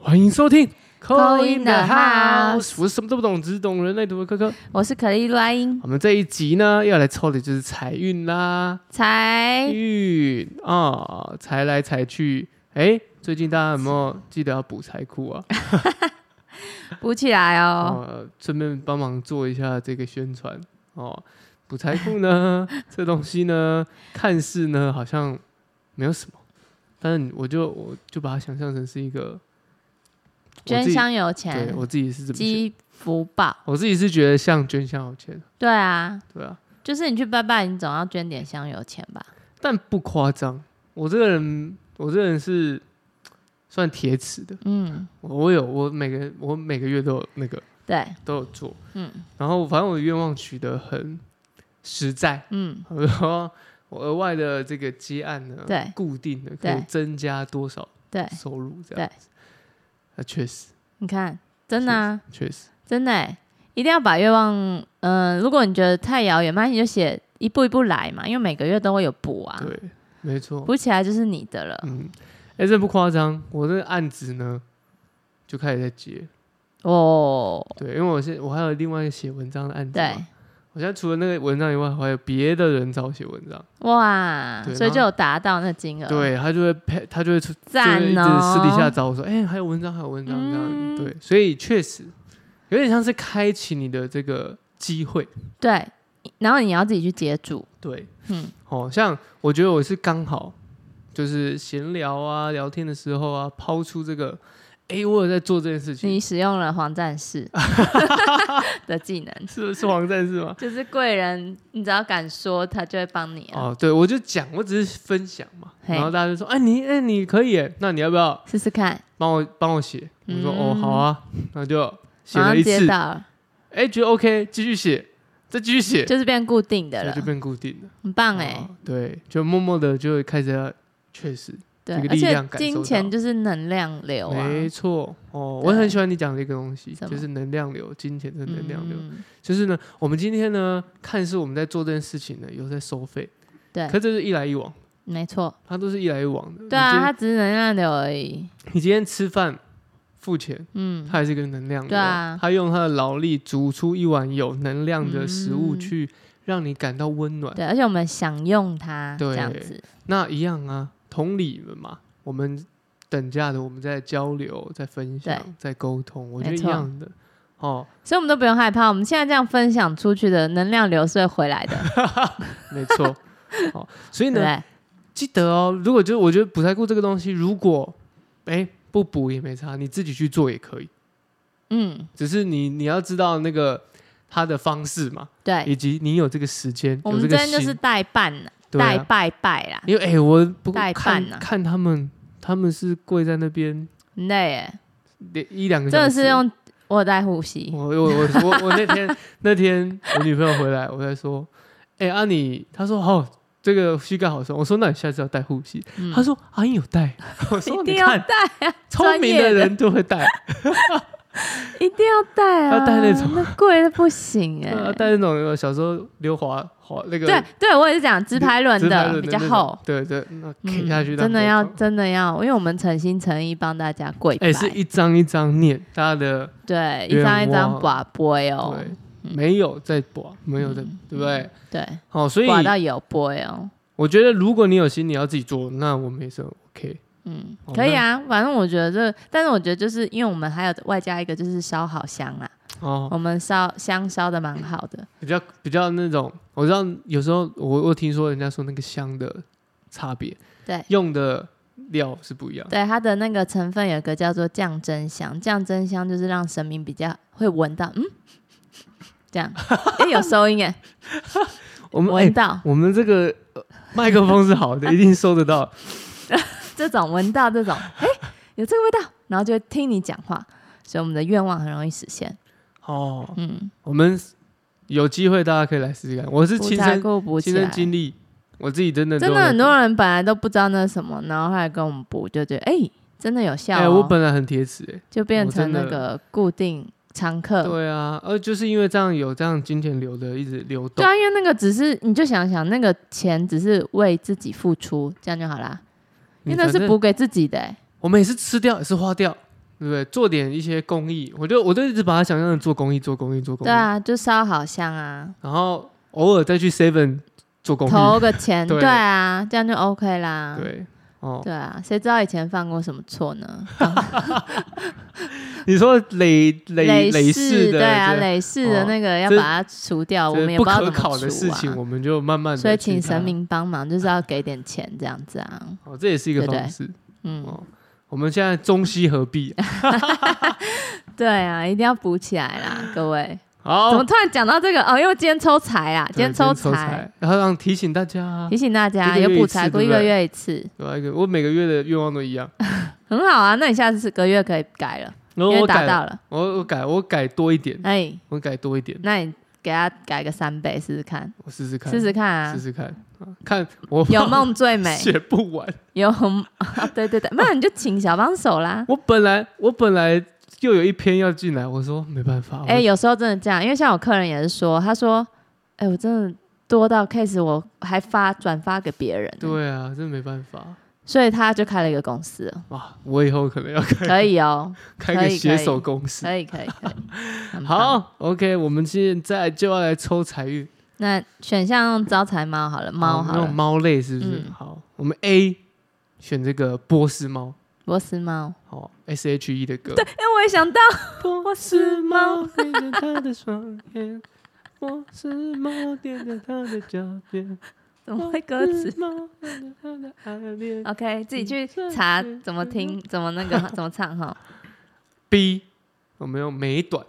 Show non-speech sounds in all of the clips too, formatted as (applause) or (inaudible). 欢迎收听《 Call in the House 我是什么都不懂，只懂人类图的科科。我是可丽乱音我们这一集呢，要来抽的就是财运啦，才运啊、哦，财来财去。哎，最近大家有没有记得要补财库啊？补起来哦。哦，顺便帮忙做一下这个宣传哦。补财库 (laughs) 呢，这东西呢，看似呢好像没有什么，但是我就我就把它想象成是一个我捐自己香油对钱，我自己是这么想积福报。我自己是觉得像捐香油钱，对啊，对啊，就是你去拜拜，你总要捐点香油钱吧？但不夸张。我这个人，我这个人是算铁齿的，嗯，我我有我每个我每个月都有那个对，都有做，嗯然后反正我的愿望取得很实在，嗯， (laughs) 然后我额外的这个接案呢，对固定的可以对增加多少对，收入这样子。那确实，你看，真的啊，确实，真的欸，一定要把愿望，嗯、如果你觉得太遥远，那你就写一步一步来嘛，因为每个月都会有补啊，对，没错，补起来就是你的了。嗯，哎，这不夸张，我这个案子呢就开始在接，哦，对，因为我现我还有另外一个写文章的案子对嘛，，我现在除了那个文章以外，还有别的人找我写文章，哇，对所然以后就有达到那金额，，对他就会配，他就会出，就赞会一直哦，私底下找我说，哎、还有文章，还有文章这样，嗯子，对，所以确实有点像是开启你的这个机会，对，然后你要自己去接住，对，嗯，哦，像我觉得我是刚好就是闲聊啊、聊天的时候啊，抛出这个，哎、我有在做这件事情，你使用了黄战士 (laughs) 的技能，是是黄战士吗？就是贵人，你只要敢说，他就会帮你了。哦，对，我就讲，我只是分享嘛，嘿然后大家就说，哎、你哎、你可以耶，那你要不要试试看，帮我帮我写？我说、哦，嗯好啊，那就写马了上一接次，到了，哎、觉得 OK，继续写，再继续写，就是变固定的那了就，变固定了。很棒哎哦。对，就默默的就开始要，确实，对这个，而力且量感受金到钱就是能量流啊，没错。哦，我对啊很喜欢你讲的一个东西，什么就是能量流，金钱的能量流。嗯就是呢，我们今天呢，看似我们在做这件事情呢，有在收费，对可这是一来一往，没错，它都是一来一往的。你对啊，今天它只是能量流而已，你今天吃饭付钱，嗯，它也是一个能量流对啊它用它的劳力煮出一碗有能量的食物，嗯去让你感到温暖。对，而且我们享用它，对这样子，那一样啊，同理们嘛，我们等价的，我们在交流，在分享对，在沟通，我觉得没一错样的哦，所以我们都不用害怕，我们现在这样分享出去的能量流是会 (laughs) 回来的，没 (laughs) 错。哦，所以对不呢，对？记得哦，如果就是我觉得补财库这个东西，如果哎不补也没差，你自己去做也可以，嗯，只是你你要知道那个它的方式嘛，对，以及你有这个时间，我有们这这个边就心，是代办啦，对代啊。拜拜啦，因为哎、我不代看办啊看他们，他们是跪在那边很累耶，连一两个真小的时，是用我在呼吸，我我我我我那天那天我女朋友回来，我在说，哎、阿妮，她说哦，这个膝盖好酸。我说那你下次要带护膝。嗯她说阿妮有带，我说一你定要看带，聪明专业的人就会带，一定要带啊，要带那种那贵的 (laughs) 不行哎对，啊带那种小时候溜滑滑那个对对，我也是讲直排轮直排的轮比那较种厚，，对对，那嗯啃下去真的当要狗真的要，因为我们诚心诚意帮大家跪拜哎、，是一张一张念，大家的对，一张一张愿望刮杯哦，对，嗯没有在拔，没有在，对不对？对，好，哦所以刮到有杯哦，我觉得如果你有心，你要自己做，那我们也是 OK。嗯哦，可以啊，反正我觉得这，但是我觉得就是因为我们还有外加一个就是烧好香啊，哦，我们烧香烧的蛮好的，比较比较那种，我知道有时候我我听说人家说那个香的差别，对用的料是不一样，对，它的那个成分有一个叫做降真香，降真香就是让神明比较会闻到，嗯， (laughs) 这样，哎、有收音哎， (laughs) 我们哎、闻到、我们这个呃麦克风是好 (laughs) 的，一定收得到。这种闻到这种，哎、有这个味道，然后就会听你讲话，所以我们的愿望很容易实现，哦，嗯，我们有机会大家可以来试试看，我是补亲财身库补起亲来身。经历，我自己真的真都的有很多人本来都不知道那是什么，然后后来跟我们补，就觉得哎、真的有效、哦。哎、我本来很铁齿哎，就变我真成的那个固定常客。对啊，呃，就是因为这样有这样金钱流的一直流动对，啊，因为那个只是你就想想，那个钱只是为自己付出，这样就好啦。因你为那反是正补给自己的欸、我们也是吃掉也是花掉，对不对？做点一些公益，我就我就一直把它想象成做公益，做公益，做公益，对啊，就烧好香啊，然后偶尔再去 Seven 做公益，投 (laughs) 个钱，对对啊，这样就 OK 啦。对，哦，对啊，谁知道以前犯过什么错呢？你说累累累世世的对啊，这累世的哦那个要这把它除掉，我这们也不知道可怎考么的事情，除我们就慢慢啊。的，所以请神，明帮忙，就是要给点钱这样子 (laughs) 啊。哦，这也是一个对不对方式，嗯，哦，我们现在中西合璧，啊 (laughs) 对啊，一定要补起来哦啦，各位。好怎么，突然讲到这个？哦，因为今天抽财啊，今对天抽财，财，然后让提醒大家啊提，醒大家一有个月补一次财过对一不对个月一次，对吧？一个我每个月的愿望都一样，很好啊。那你下次个月可以改了，然因后为我达改了，到了。我我改我改多一点，哎，我改多一点，那你给他改个三倍试试看，我试试看，试试看啊试。试看，啊看我 (laughs) 有梦最美，写不完。有啊，对对对，那你就请小帮手啦。我本来我本来又有一篇要进来，我说没办法，哎、我有时候真的这样，因为像我客人也是说，他说，哎、我真的多到 case，我还发转发给别人，，对啊，真没办法所以他就开了一个公司了，哇！我以后可能要可以哦，开可个以写手公司。可以可以可以， (laughs) 很棒，好，OK，我们现在就要来抽财运，那选项用招财猫好了，猫好那种了，猫类是不是？嗯好，我们 A 选这个波斯猫，波斯猫，好 S H E 的歌，哎、我也想到，波斯猫点着它的双眼，波斯猫点着它的脚边，怎么会歌词波斯猫点着它的爱恋。 ？OK，自己去查怎么听，怎么那个， (laughs) 怎么唱哈。 B 我们用美短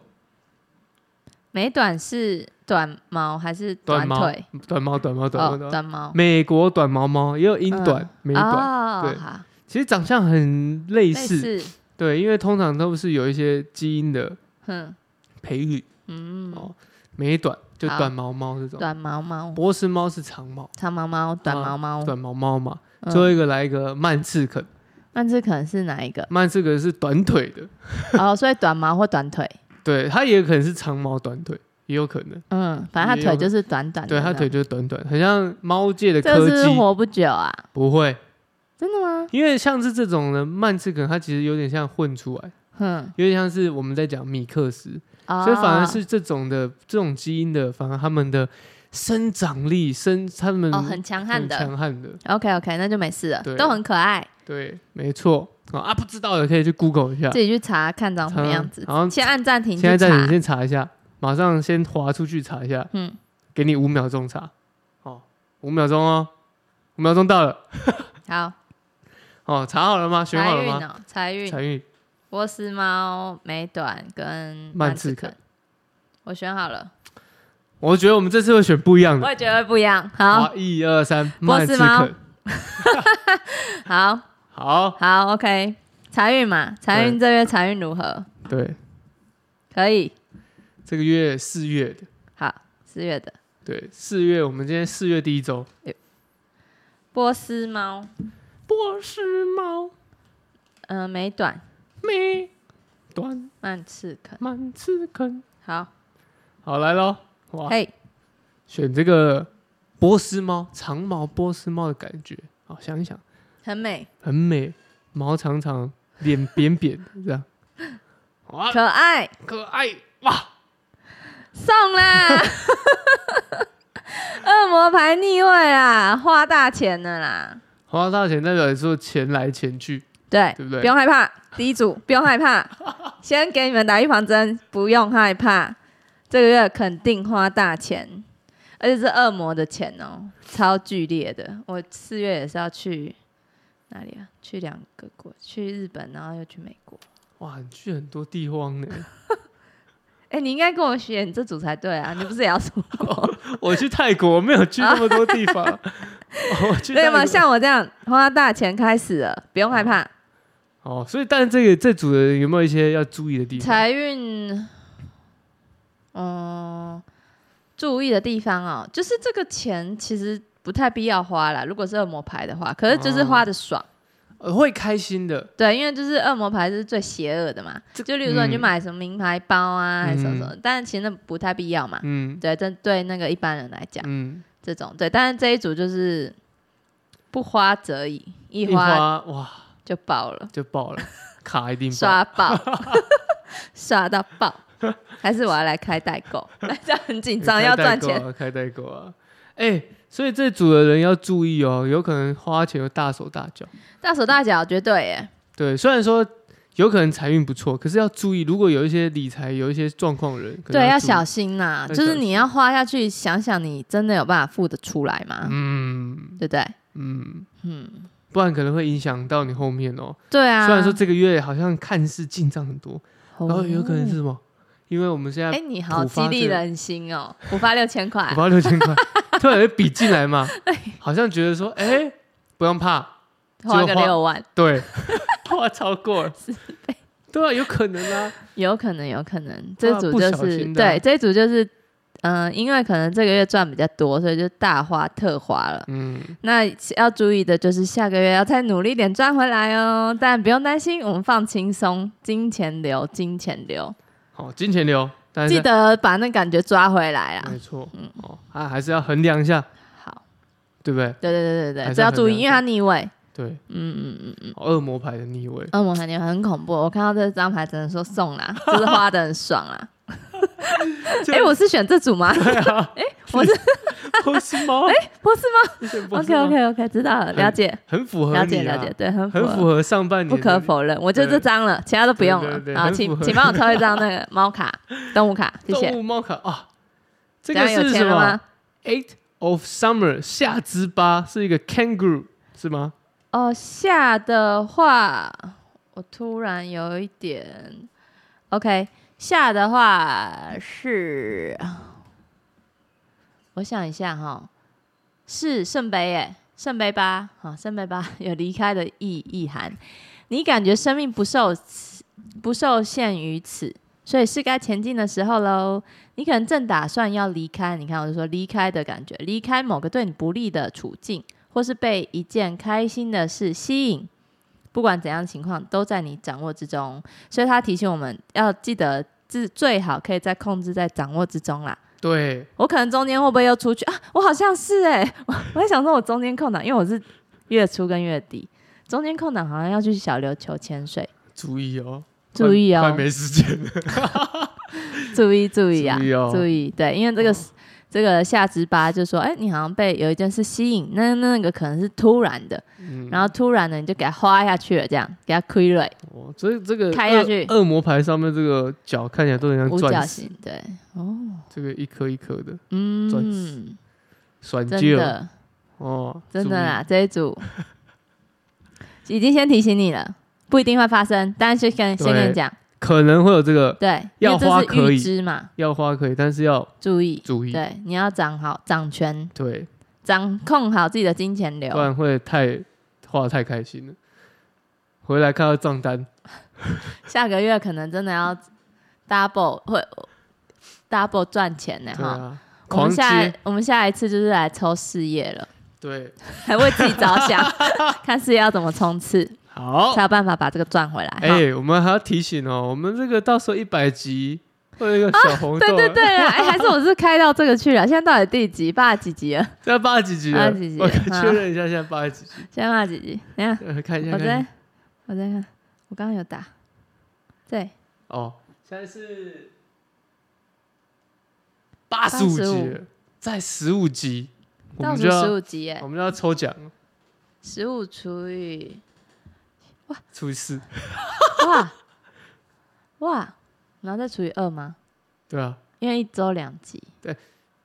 美短是短毛还是短毛腿？短毛短毛短毛哦，短毛，短毛，美国短毛猫也有英短嗯美短，哦对，好其实长相很类类似，似，对，因为通常都是有一些基因的嗯培育嗯，哦。美短就好短毛猫这种，短毛猫、波斯猫是长毛，长毛猫、短毛猫，哦短毛猫嘛。嗯最后一个来一个曼赤肯，？那这可能是哪一个曼赤肯是短腿的，哦，所以短毛或短腿，对，它也可能是长毛短腿，也有可能。嗯，反正它腿就是短短的对，那它样，腿就是短短，很像猫界的这柯个是不是基，活不久啊，不会，真的吗？因为像是这种的曼赤肯，它其实有点像混出来，哼，有点像是我们在讲米克斯，哦所以反而是这种的这种基因的，反而他们的生长力、生他们哦，很强悍很的。强悍的， OK OK，那就没事了，对都很可爱，对，没错啊啊，不知道也可以去 Google 一下 (laughs) 自，己去查看长什么样子好。像先按暂停现在去暂停，查，先查一下，马上先划出去查一下，嗯，给你五秒钟查，哦，五秒钟哦，五秒钟到了，好，哦，查好了吗？选财好运了吗？哦，财运，财运波斯猫、美短跟曼赤赤肯肯，我选好了，我觉得我们这次会选不一样我的，也觉得不一样。好，一二三，波曼斯赤猫肯，好，好，好，OK，财运嘛，财运这月财运如何？对，可以，这个月四月的，好，四月的对，四月我们今天四月第一周，波斯猫，波斯猫嗯、美短美短慢赤肯，满刺坑，好，好来喽，哇，嘿，选这个波斯猫，长毛波斯猫的感觉，好想一想，很美，很美，毛长长，脸扁扁的这样， (laughs) 哇，可爱，可爱哇，送啦！ (laughs) 恶魔牌逆位啊，花大钱的啦，花大钱代表说钱来钱去，对，对不对不用害怕，第一组不用害 (laughs) 怕，先给你们打预防针，不用害怕，这个月肯定花大钱，而且是恶魔的钱哦，超剧烈的。我四月也是要去哪里啊？去两个国，去日本，然后又去美国。哇，你去很多地方呢，哎、你应该跟我选这组才对啊！你不是也要 (laughs) 出国？我去泰国没有去那么多地 (laughs) 方，哦我去对泰吗？国像我这样花大钱开始了，不用害怕。哦，所以但这个这组的人有没有一些要注意的地方？财运，嗯，注意的地方哦，就是这个钱其实不太必要花啦。如果是恶魔牌的话，可是哦就是花的爽，呃会开心的，对，因为就是恶魔牌是最邪恶的嘛。就例如说你去嗯买什么名牌包啊，还是什么嗯什么，但其实那不太必要嘛。嗯对，但对那个一般人来讲，嗯，这种对，但是这一组就是不花则已，一一花花哇就爆了。就爆了，卡一定爆。刷爆， (laughs) 刷到爆。还是我要来开代购， (laughs) 这样很紧张，开要代赚购钱。啊，开代购啊！哎、所以这组的人要注意哦，有可能花钱又大手大脚。大手大脚，绝对耶。对，虽然说有可能财运不错，可是要注意，如果有一些理财有一些状况的人，可能对，要啊注意小。心呐、要就是小你心要花下去，想想你真的有办法付得出来吗？嗯对不对？嗯，嗯，不然可能会影响到你后面哦。对啊。虽然说这个月好像看似进账很多，哦，然后有可能是什么？因为我们现哎、在你好浦激发励这个人心哦，浦发六千块五，八六千 (laughs) 块突然有比进来嘛，好像觉得说，哎、不用怕，花就个花六万， (laughs) 对，花超过了，对啊，有可能啊，有可能，有可能，对这啊组不就小是、心的啊对，这组就是，嗯、因为可能这个月赚比较多，所以就大花特花了。嗯。那要注意的就是下个月要再努力点赚回来哦，但不用担心，我们放轻松，金钱流，金钱流，好，金钱流，但是记得把那感觉抓回来啊啦没。错，哦，啊，还是要衡量一下，好，对不对？对对对对还是对，这要要衡注量意，因为它逆位，对，嗯嗯嗯。好恶魔牌的逆 (laughs) 位，恶魔海牛很恐怖，我看到这张牌只能说送 (laughs) 啦，就是花的很爽啦。就哎、我是选这组吗？对啊，哎，我是不 (laughs) 是 (laughs) 吗？哎，不是你选不是 OK 吗 OK OK，知道了，了解，很符合了你解，啊了解，，对，很符很符合，合上半不年的可你，否认，我就这张了，其他都不用对对了对啊，很符请合请帮我抽一张那个 (laughs) 猫卡、动物卡，谢动谢。物猫卡啊，这这个样有是钱什了么吗？ ？Eight of Summer 夏之八是一个 kangaroo 是吗？哦，下的话，我突然有一点，OK，下的话是，我想一下哈，是圣杯耶，圣杯八，好，圣杯八 (laughs) 有离开的意意涵，你感觉生命不受此不受限于此，所以是该前进的时候喽。你可能正打算要离开，你看我就说离开的感觉，离开某个对你不利的处境。或是被一件开心的事吸引，不管怎样情况都在你掌握之中。所以他提醒我们要记得自最好可以在控制在掌握之中啦。对，我可能中间会不会又出去啊？我好像是哎、我我在想说，我中间空档，因为我是月初跟月底，中间空档好像要去小琉球潜水，注意哦，注意快哦快，没时间了，注意注意啊，注意哦对，因为这个、哦这个夏之八就说，哎、你好像被有一件事吸引，那那个可能是突然的，嗯然后突然呢，你就给它花下去了，这样给它亏了，哦，这这个开下恶去恶魔牌上面这个角看起来都很像五角钻石，形，对，哦，这个一颗一颗的钻嗯，栓真臼的，哦，真注的啊意啦，这一组已经先提醒你了，不一定会发生，但是先对先跟你讲，可能会有这个对，因要为花这可是以嗯预知嘛，要花可以，但是要注意，注意，对，你要掌好掌权，对，掌控好自己的金钱不流，然会太花得太开心了。回来看到账单，下个月可能真的要 double 会 double 赚钱呢对哈。啊，我狂们下接，我们下一次就是来抽事业了。对，还为自己着 (laughs) 想，看事业要怎么冲刺，好，才有办法把这个赚回来。哦哈哎，我们还要提醒哦，我们这个到时候一百集会有一个小红豆，对对对啊，哎， (laughs) 还是我是开到这个去了。现在到底第几？八十几集了？现在八十几集八了十几集，我了确认一下现在八十几集，现在八十几集？等一下，呃看一下，我看一下在，我在看，我刚刚有打。对，哦，现在是八十五集85了，在十五集，我倒们数就十要五集耶我，们就要抽奖了，十五除以初四，哇哇，然后再除以二吗？对啊，因为一周两集，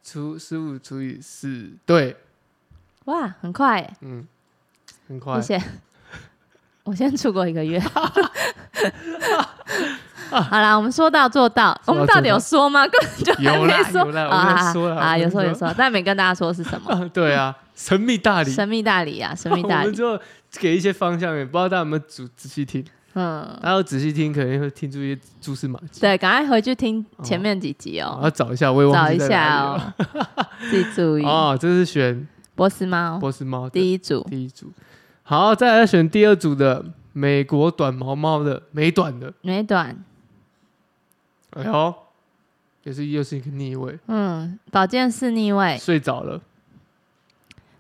除十五除以四，对，哇，很快耶！嗯，很快谢谢。我先出国一 (laughs) 个月。好啦，我们说到做到。我说到做到们到底有说吗？根本就还有没啦 (laughs) 说有啦啊我们啊说啦啊，我们有说有说说，但没跟大家说是什么。啊， (laughs) 对啊，神秘大礼，神秘大 (laughs) 理啊，神秘大我们理。就给一些方向，也不知道大家有没有仔仔细听，嗯，大家有仔细听，可能会听出一些蛛丝马迹。对，赶快回去听前哦面几集我哦，要找一下，我也忘找记一在哪下里了。哦，自己注意。 (laughs) 哦，这是选波斯猫波斯猫的第一组，第一组，好，再来选第二组的美国短毛猫的美短的，美短，哎呦，也是又是一个逆位，嗯，宝剑四逆位，睡着了，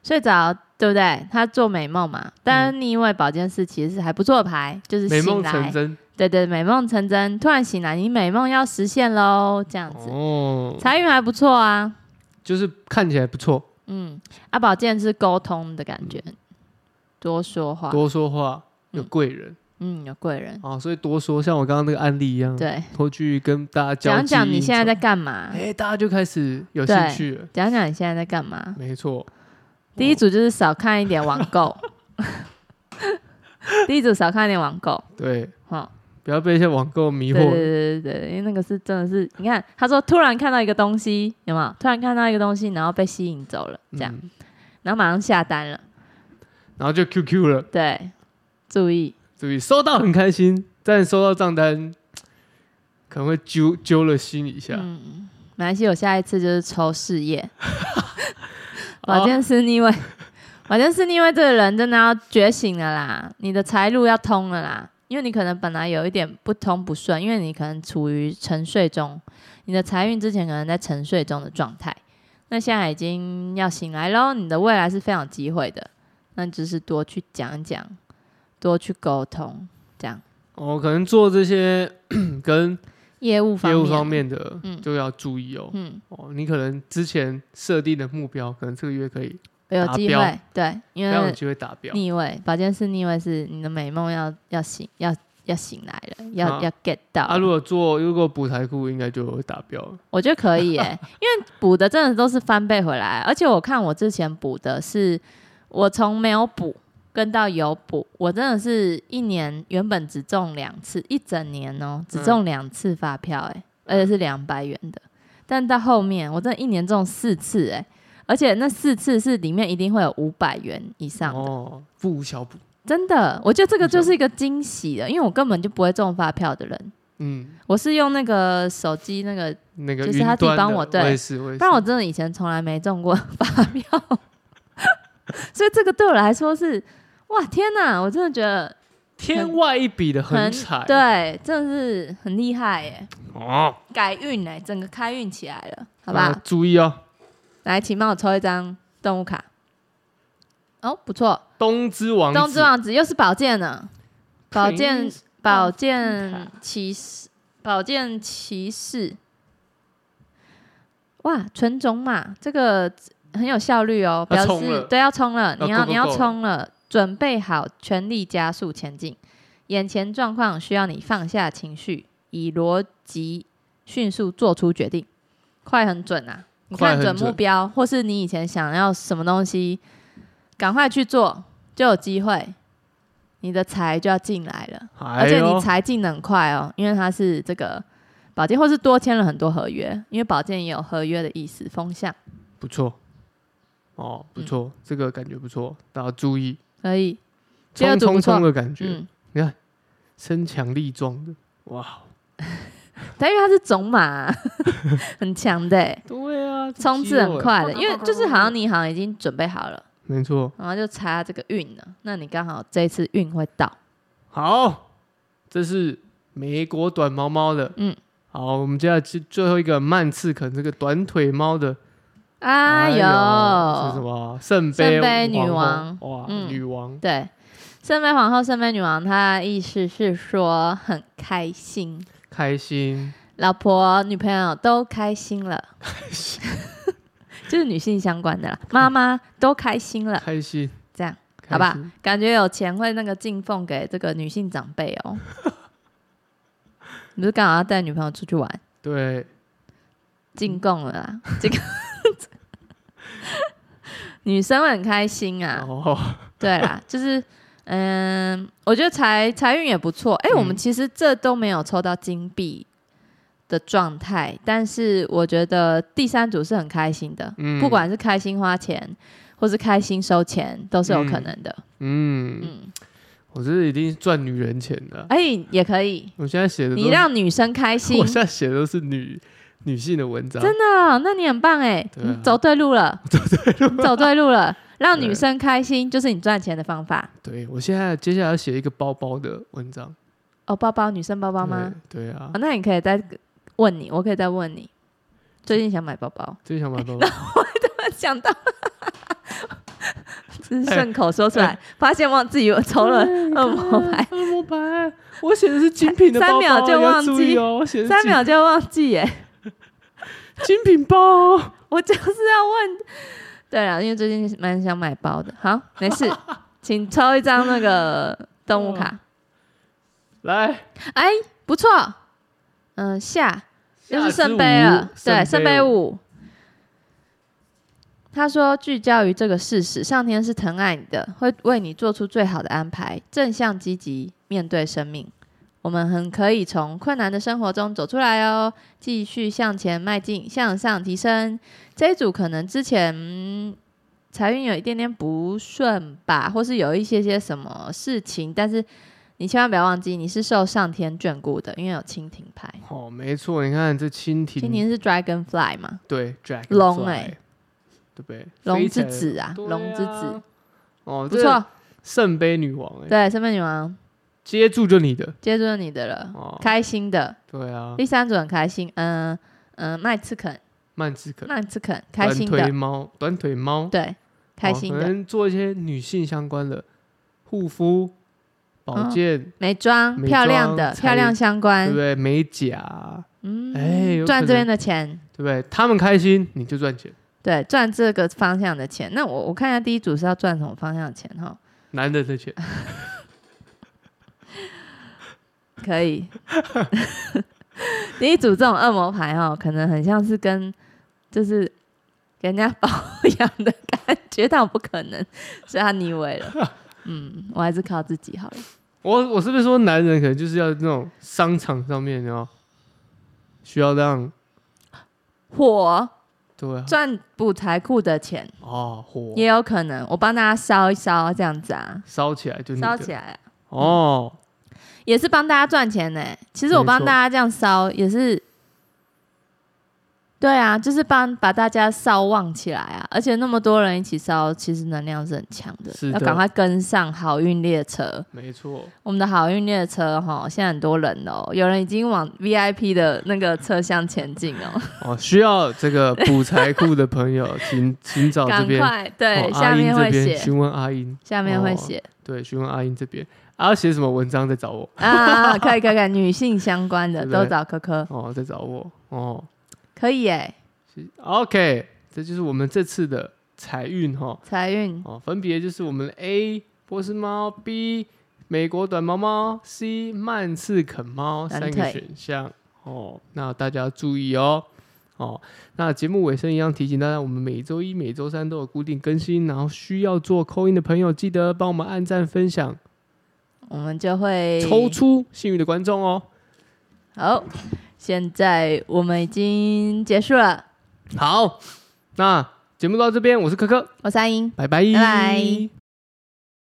睡着对不对？他做美梦嘛，但逆位保健室其实是还不错的牌，就是美梦醒来成真对对，美梦成真，突然醒来，你美梦要实现喽，这样子，哦，财运还不错啊，就是看起来不错，嗯，阿宝剑是沟通的感觉，多说话，多说话有嗯贵人嗯，有贵人，啊，所以多说，像我刚刚那个案例一样，对，回去跟大家嗯交讲际讲你应现在酬在干嘛，哎，大家就开始有兴啊对趣了，讲讲你现在在干嘛。没错，第一组就是少看一点网购， (laughs) 第一组少看一点网购，对，哈，不要被一些网购迷对对惑，对对对，因为那个是真的是，你看他说突然看到一个东西，有没有？突然看到一个东西，然后被吸引走了，这样，嗯然后马上下单了，然后就 QQ 了，对，注意，注意收到很开心，但收到账单可能会揪揪了心一下，嗯，马来西亚我下一次就是抽事 (laughs) 业， (laughs) 哦保健师逆位，保健师逆位这个人真的要觉醒了啦，你的财路要通了啦，因为你可能本来有一点不通不顺，因为你可能处于沉睡中，你的财运之前可能在沉睡中的状态，那现在已经要醒来喽，你的未来是非常有机会的，那就是多去讲讲，多去沟通，这样哦，可能做这些 (coughs) 跟业务方业面，务方面的嗯就要注意哦。嗯。哦，你可能之前设定的目标，可能这个月可以有达机标会，对，因非常有为机会达标。呃逆位，保健室逆位是你的美梦要要醒要要醒来了，要、啊要 get 到。啊，如果做如果补财库，应该就会达标了。我觉得可以耶、因为补的真的都是翻倍回来，而且我看我之前补的是，我从没有补跟到有补，我真的是一年原本只中两次，一整年哦、嗯只中两次发票、欸，而且是两百元的，但到后面我真的一年中四次、欸，而且那四次是里面一定会有五百元以上的。哦，不无小补。真的，我觉得这个就是一个惊喜的，因为我根本就不会中发票的人，嗯，我是用那个手机那个，那个就是他云自己端帮的我对我也是，我也是。不然我真的以前从来没中过发票， (laughs) 所以这个对我来说是，哇，天哪，我真的觉得天外一笔的横很财，对，真的是很厉害耶，哎哦，改运哎，整个开运起来了，好大吧，家注意哦，来，请帮我抽一张动物卡，哦，不错，东之王子，东之王子又是宝剑呢，宝剑 Prince 宝 of 剑 Penta 骑士，宝剑骑士，哇，纯种马，这个很有效率要哦，表冲了示对要冲了，要你要 go, go, 你要 go 冲了，准备好全力加速前进，眼前状况需要你放下情绪，以逻辑迅速做出决定，快很准啊！你快看很准准目标，或是你以前想要什么东西，赶快去做，就有机会，你的财就要进来了。而哎且呦，你财进的很快哦，因为它是这个保健，或是多签了很多合约，因为保健也有合约的意思，风向不错，哦，不嗯错，这个感觉不错，大家注意，所以第二冲组不冲错冲的感觉，嗯，身强力壮的，哇，但因为它是种马啊、 (laughs) 很强的欸，对啊，这冲肌刺肉很欸，快的，因为就是好像你好像已经准备好了，没错，然后就差这个运了，那你刚好这一次运会到，好，这是美国短毛猫的，嗯，好，我们接下来是最后一个曼赤肯这个短腿猫的，哎呦，是什呦，么？圣圣杯女王后，哇，嗯女王，对。圣杯皇后、圣杯女王，她的意思是说很开心，开心，老婆、女朋友都开心了，就是女性相关的啦，妈妈都开心了，开心，嗯这样开好吧心？感觉有钱会那个进奉给这个女性长辈 (laughs) 哦。你不是刚好要带女朋友出去玩，对，进贡了啦，这个 (laughs) 女生会很开心啊，哦， (laughs) 对啦，就是嗯，我觉得财财运也不错。哎、我们嗯其实这都没有抽到金币的状态，但是我觉得第三组是很开心的，嗯不管是开心花钱，或是开心收钱，都是有可能的。嗯，嗯，我这一定是赚女人钱的啊。哎、也可以， (laughs) 我现在写的都你让女生开心我，现在写的都是女女性的文章，真的，那你很棒哎、对啊你走对 (laughs) 路了，走对路，走对路了。让对女生开心就是你赚钱的方法对我现在接下来要写一个包包的文章，哦，包包女生包包吗？对？对啊哦，，那你可以再问你，我可以再问你， (laughs) 最近想买包包，最想买包包，想到 (laughs) 只是顺口说出来，发现忘自己有抽了哎恶魔牌，恶魔牌，我写的是精品的包包，三秒就你要忘记注意哦，我写的是 (laughs) 三秒就嗯忘记耶、精精品包哦。我就是要问，对啊，因为最近蛮想买包的。好，没 (laughs) 事，请抽一张那个动物卡。来，哎，不错，嗯、下又是圣杯啊了，，对，圣杯五。他说：“聚焦于这个事实，上天是疼爱你的，会为你做出最好的安排，正向积极面对生命。我们很可以从困难的生活中走出来哦，继续向前迈进，向上提升。这一组可能之前嗯财运有一点点不顺吧，或是有一些些什么事情，但是你千万不要忘记，你是受上天眷顾的，因为有蜻蜓牌，哦，没错，你看这蜻蜓，蜻蜓是 dragonfly 嘛，对 d r a g 龙哎，对不对？龙飞起之来的，子啊，对龙之子啊，，哦，不这错，圣杯女王哎，对，身份女王接住就你的接住了你的了，哦，开心的，对啊，第三组很开心，嗯嗯，麦刺肯，曼斯肯，麦刺肯，开短心腿的，猫，短腿猫，对，开心哦可的，能做一些女性相关的护肤、哦保健，美妆，美漂亮妆的，才漂亮相对关不，对？美甲，哎嗯，有赚可这边能的钱，对不对？他们开心，你就赚钱。对，赚这个方向的钱。那我我看一下第一组是要赚什么方向的钱哈，男人的钱，啊可以。 (laughs) 第一组这种恶魔牌哈，可能很像是跟就是给人家保养的感觉，但我不可能，所以他逆位了。嗯，我还是靠自己好了。我我是不是说男人可能就是要那种商场上面，然后需要让火对啊，赚补财库的钱哦火也有可能，我帮大家烧一烧这样子啊，烧起来就你的烧起来、啊、哦，也是帮大家赚钱呢、其实我没帮错大家这样烧也是，对啊，就是帮把大家烧旺起来啊！而且那么多人一起烧，其实能量是很强的，是要的赶快跟上好运列车。没错，我们的好运列车哈，现在很多人哦，有人已经往 VIP 的那个车厢前进哦，哦，需要这个补财库的朋 (laughs) 友，请请找这赶边，快对、哦、下面阿会英这边写，询问阿英，下面会哦写、对，询问阿英这边，啊，写什么文章再找我，啊，可以可以可以，女性相 (laughs) 关的对不都对找科科，哦，再找我，哦可以哎、是，OK，这就是我们这次的财运哈、哦，财运哦，分别就是我们的 A 波斯猫，B 美国短毛猫，C 曼赤肯猫短三腿个选项哦。那大家要注意哦。哦，那节目尾声一样提醒大家，我们每周一、每周三都有固定更新，然后需要做扣音的朋友，记得帮我们按赞、分享，我们就会抽出幸运的观众哦。好，现在我们已经结束了。好，那节目到这边，我是柯柯，我是阿英，拜拜，拜拜